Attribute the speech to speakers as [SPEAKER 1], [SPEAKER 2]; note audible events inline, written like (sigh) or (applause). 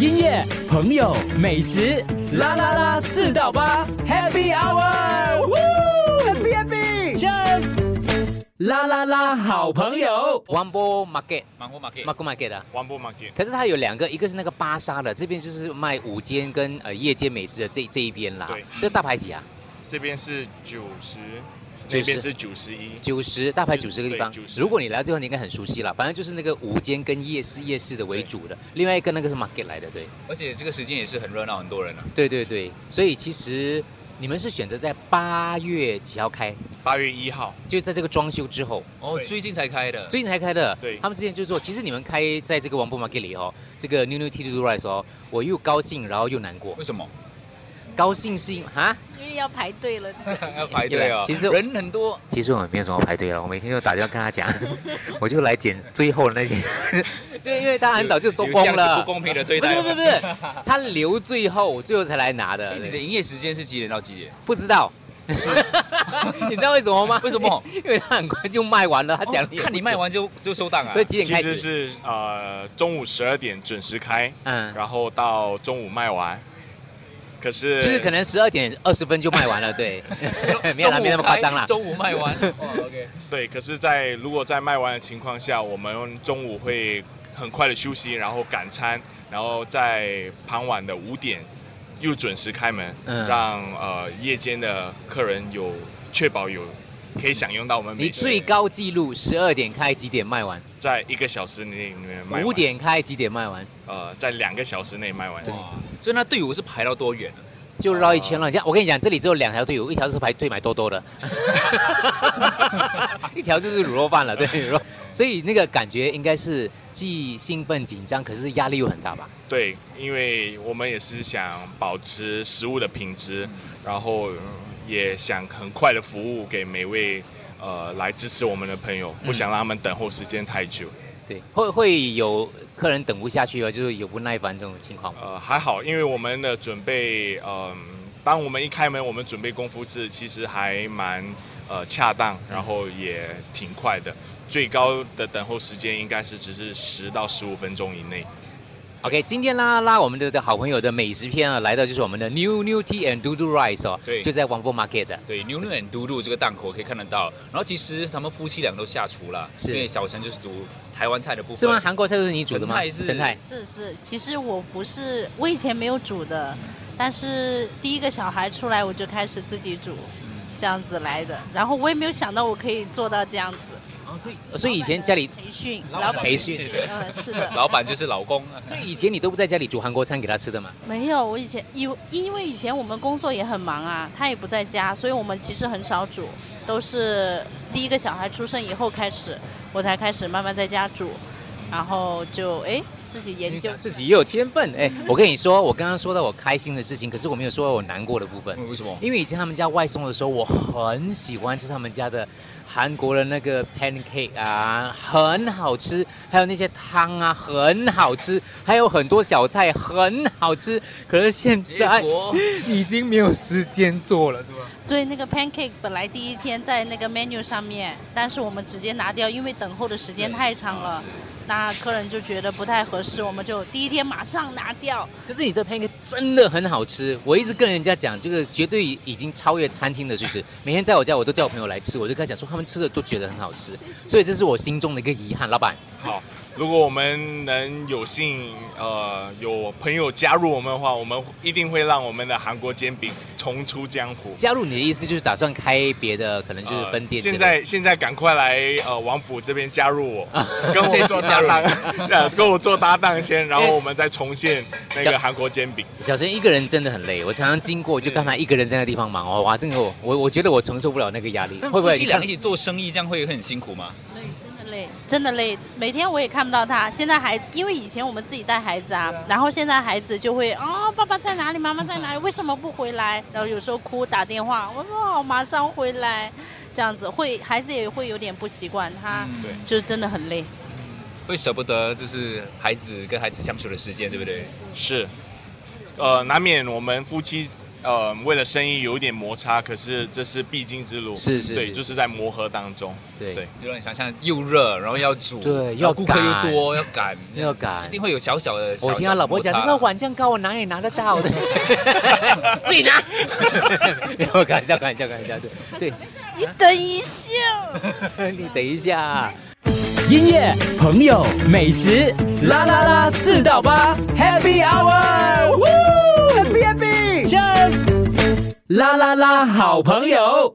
[SPEAKER 1] 音乐、朋友、美食，啦啦啦，四到八，Happy Hour，Happy Happy，Cheers，啦啦啦，好朋友。
[SPEAKER 2] Wambo Market，
[SPEAKER 3] 芒果 market，
[SPEAKER 2] m a k Market 啊。
[SPEAKER 3] 王波 market，
[SPEAKER 2] 可是它有两个，一个是那个巴沙的，这边就是卖午间跟呃夜间美食的这这一边啦。
[SPEAKER 3] 对
[SPEAKER 2] 这大牌几啊？
[SPEAKER 3] 这边是九十，那边是九十一，
[SPEAKER 2] 九十大牌九十个地方
[SPEAKER 3] 对，90
[SPEAKER 2] 如果你来这地方，你应该很熟悉了。反正就是那个午间跟夜市夜市的为主的，另外一个那个是 market 来的，对，
[SPEAKER 4] 而且这个时间也是很热闹，很多人啊。
[SPEAKER 2] 对对对。所以其实你们是选择在八月几号开，
[SPEAKER 3] 八月一号，
[SPEAKER 2] 就在这个装修之后，
[SPEAKER 4] 哦，
[SPEAKER 3] 对
[SPEAKER 4] 最近才开的，
[SPEAKER 2] 最近才开的。
[SPEAKER 3] 对
[SPEAKER 2] 他们之前就说，其实你们开在这个王波 market 里哦，这个 new new t to rice 哦，我又高兴，然后又难过。
[SPEAKER 4] 为什么
[SPEAKER 2] 高兴是因哈，
[SPEAKER 5] 因为要排
[SPEAKER 2] (laughs)
[SPEAKER 5] 队了。
[SPEAKER 4] 要排队啊？
[SPEAKER 2] 其实
[SPEAKER 4] 人很多，
[SPEAKER 2] 其实我们没有什么排队了，我每天就打电话跟他讲， (laughs) 我就来捡最后的那些， (laughs) 就因为他很早就收工
[SPEAKER 4] 有这样子
[SPEAKER 2] 了
[SPEAKER 4] 不。公平的对
[SPEAKER 2] 不
[SPEAKER 4] 待
[SPEAKER 2] 是不
[SPEAKER 4] 吗。
[SPEAKER 2] 是不
[SPEAKER 4] (laughs)
[SPEAKER 2] 是，他留最后，我最后才来拿的
[SPEAKER 4] 哎。你的营业时间是几点到几点？
[SPEAKER 2] 不知
[SPEAKER 4] (laughs)
[SPEAKER 2] 道，你知道为什么吗？
[SPEAKER 4] 为什么？
[SPEAKER 2] (laughs) 因为他很快就卖完了，他讲、
[SPEAKER 4] 哦看你卖，完就就收档啊
[SPEAKER 2] 所以。几
[SPEAKER 3] 其
[SPEAKER 2] 点开
[SPEAKER 3] 实
[SPEAKER 2] 始？
[SPEAKER 3] 是呃中午十二点准时开，
[SPEAKER 2] 嗯，
[SPEAKER 3] 然后到中午卖完，可是
[SPEAKER 2] 就是可能十二点二十分就卖完了，对，没有啦，
[SPEAKER 4] 中午
[SPEAKER 2] 没那么夸张啦
[SPEAKER 4] 开。中午卖 (laughs) 完。哇，OK。哦
[SPEAKER 3] 对，可是在如果在卖完的情况下，我们中午会很快的休息，然后赶餐，然后在傍晚的五点又准时开门，
[SPEAKER 2] 嗯
[SPEAKER 3] 让呃夜间的客人有确保有可以享用到我们
[SPEAKER 2] 你
[SPEAKER 3] 美
[SPEAKER 2] 最
[SPEAKER 3] 食，
[SPEAKER 2] 高纪录十二点开几点卖完？
[SPEAKER 3] 在一个小时内里面卖完
[SPEAKER 2] 五点开几点卖完？
[SPEAKER 3] 呃，在两个小时内卖完。
[SPEAKER 4] 哇，所以那队伍是排到多远啊？
[SPEAKER 2] 就绕一圈了。你看，我跟你讲，这里只有两条队伍，一条是排队买多多的，一条就是卤肉饭了。对，卤肉所以那个感觉应该是既兴奋紧张，可是压力又很大吧？
[SPEAKER 3] 对，因为我们也是想保持食物的品质，然后也想很快的服务给每位呃来支持我们的朋友，不想让他们等候时间太久。
[SPEAKER 2] 对，会会有客人等不下去啊，就是有不耐烦这种情况
[SPEAKER 4] 啊
[SPEAKER 2] 吗？
[SPEAKER 3] 呃，还好，因为我们的准备，嗯、当我们一开门，我们准备功夫是其实还蛮呃恰当，然后也挺快的。最高的等候时间应该是只是十到十五分钟以内。
[SPEAKER 2] OK，今天啦拉我们的这好朋友的美食片啊，来到就是我们的 New New Tea and Dodo Rice 哦，
[SPEAKER 4] 对
[SPEAKER 2] 就在王波 Market 的。
[SPEAKER 4] 对，牛牛 and 嘟嘟这个档口可以看得到。然后其实他们夫妻俩都下厨了，
[SPEAKER 2] 是
[SPEAKER 4] 因为小陈就是煮台湾菜的部分。
[SPEAKER 2] 是吗？？韩国菜都是你煮的吗？
[SPEAKER 4] 陈泰是
[SPEAKER 2] 陈泰
[SPEAKER 5] 是是，其实我不是，我以前没有煮的，但是第一个小孩出来我就开始自己煮，
[SPEAKER 2] 嗯
[SPEAKER 5] 这样子来的。然后我也没有想到我可以做到这样子。
[SPEAKER 2] 所以以前家里
[SPEAKER 5] 老，
[SPEAKER 4] 老板的
[SPEAKER 5] 板的培训，老板
[SPEAKER 2] 培训
[SPEAKER 5] 嗯，
[SPEAKER 2] (laughs)
[SPEAKER 5] 是的，
[SPEAKER 4] (laughs) 老板就是老 (laughs) 公啊，
[SPEAKER 2] 所以以前你都不在家里煮韩国餐给他吃的嘛？
[SPEAKER 5] 没有，我以前因因为以前我们工作也很忙啊，他也不在家，所以我们其实很少煮，都是第一个小孩出生以后开始，我才开始慢慢在家煮，然后就哎自己研究
[SPEAKER 2] 自己也有天分。哎，我跟你说，我刚刚说到我开心的事情，可是我没有说到我难过的部分。
[SPEAKER 4] 为什么？
[SPEAKER 2] 因为以前他们家外送的时候，我很喜欢吃他们家的韩国的那个 pancake 啊，很好吃，还有那些汤啊，很好吃，还有很多小菜很好吃。可是现
[SPEAKER 4] 结
[SPEAKER 2] 在
[SPEAKER 4] 果 (laughs)
[SPEAKER 2] 已经没有时间做了，是吧？
[SPEAKER 5] 对，那个 pancake 本来第一天在那个 menu 上面，但是我们直接拿掉，因为等候的时间太长了，那客人就觉得不太合适，我们就第一天马上拿掉。
[SPEAKER 2] 可是你这 pancake 真的很好吃，我一直跟人家讲，这个绝对已经超越餐厅的水准。每天在我家，我都叫我朋友来吃，我就跟他讲说，他们吃的都觉得很好吃，所以这是我心中的一个遗憾。老板，
[SPEAKER 3] 好，如果我们能有幸呃有朋友加入我们的话，我们一定会让我们的韩国煎饼重出江湖。
[SPEAKER 2] 加入你的意思就是打算开别的，可能就是分店、
[SPEAKER 3] 呃现在现在赶快来呃王埔这边加入我，跟 (laughs)
[SPEAKER 2] 现在
[SPEAKER 3] 我做
[SPEAKER 2] 请加
[SPEAKER 3] 搭
[SPEAKER 2] 入
[SPEAKER 3] 档， (laughs) 呃跟我做搭档先，然
[SPEAKER 2] 因为
[SPEAKER 3] 后我们再重现那
[SPEAKER 2] 小
[SPEAKER 3] 个韩国 (laughs) 煎饼。
[SPEAKER 2] 小陈一个人真的很累，我常常经过，就看他一个人在那地方忙哦，哇，这个我我我觉得我承受不了那个压力，
[SPEAKER 4] 但
[SPEAKER 2] 会不
[SPEAKER 4] 夫
[SPEAKER 2] 会
[SPEAKER 4] 妻俩一起做生意，这样会很辛苦吗？
[SPEAKER 5] 累，真的累，真的累。每天我也看不到他，现在还因为以前我们自己带孩子啊，然后现在孩子就会啊、爸爸在哪里？妈妈在哪里？为 (laughs) 什么不回来？然后有时候哭，打电话，我说我马上回来，这样子会孩子也会有点不习惯，他
[SPEAKER 4] 嗯
[SPEAKER 2] 嗯
[SPEAKER 3] 对，
[SPEAKER 5] 就是真的很累。
[SPEAKER 4] 会舍不得，就是孩子跟孩子相处的时间，对不对？
[SPEAKER 3] 是，呃，难免我们夫妻呃为了生意有一点摩擦，可是这是必经之路，
[SPEAKER 2] 是是
[SPEAKER 3] 对，
[SPEAKER 2] 是
[SPEAKER 3] 就是在磨合当中，
[SPEAKER 2] 对
[SPEAKER 3] 对
[SPEAKER 4] 就让你想象又热，然后要煮，
[SPEAKER 2] 对
[SPEAKER 4] 然后
[SPEAKER 2] 要
[SPEAKER 4] 顾客
[SPEAKER 2] 赶
[SPEAKER 4] 又多，要赶，
[SPEAKER 2] 要赶
[SPEAKER 4] 一定会有小小的。
[SPEAKER 2] 我
[SPEAKER 4] 小
[SPEAKER 2] 听他
[SPEAKER 4] 小的
[SPEAKER 2] 老婆
[SPEAKER 4] 摩
[SPEAKER 2] 讲，
[SPEAKER 4] 擦
[SPEAKER 2] 那个碗这样高，我哪里拿得
[SPEAKER 4] (laughs)
[SPEAKER 2] 到的？自己拿。没有，开玩笑，开玩笑，开玩笑，对
[SPEAKER 5] 你等一下。
[SPEAKER 2] 对，你等一下。
[SPEAKER 1] 音乐、朋友、美食，啦啦啦，四到八，Happy Hour，Happy Happy，Cheers，啦啦啦，好朋友。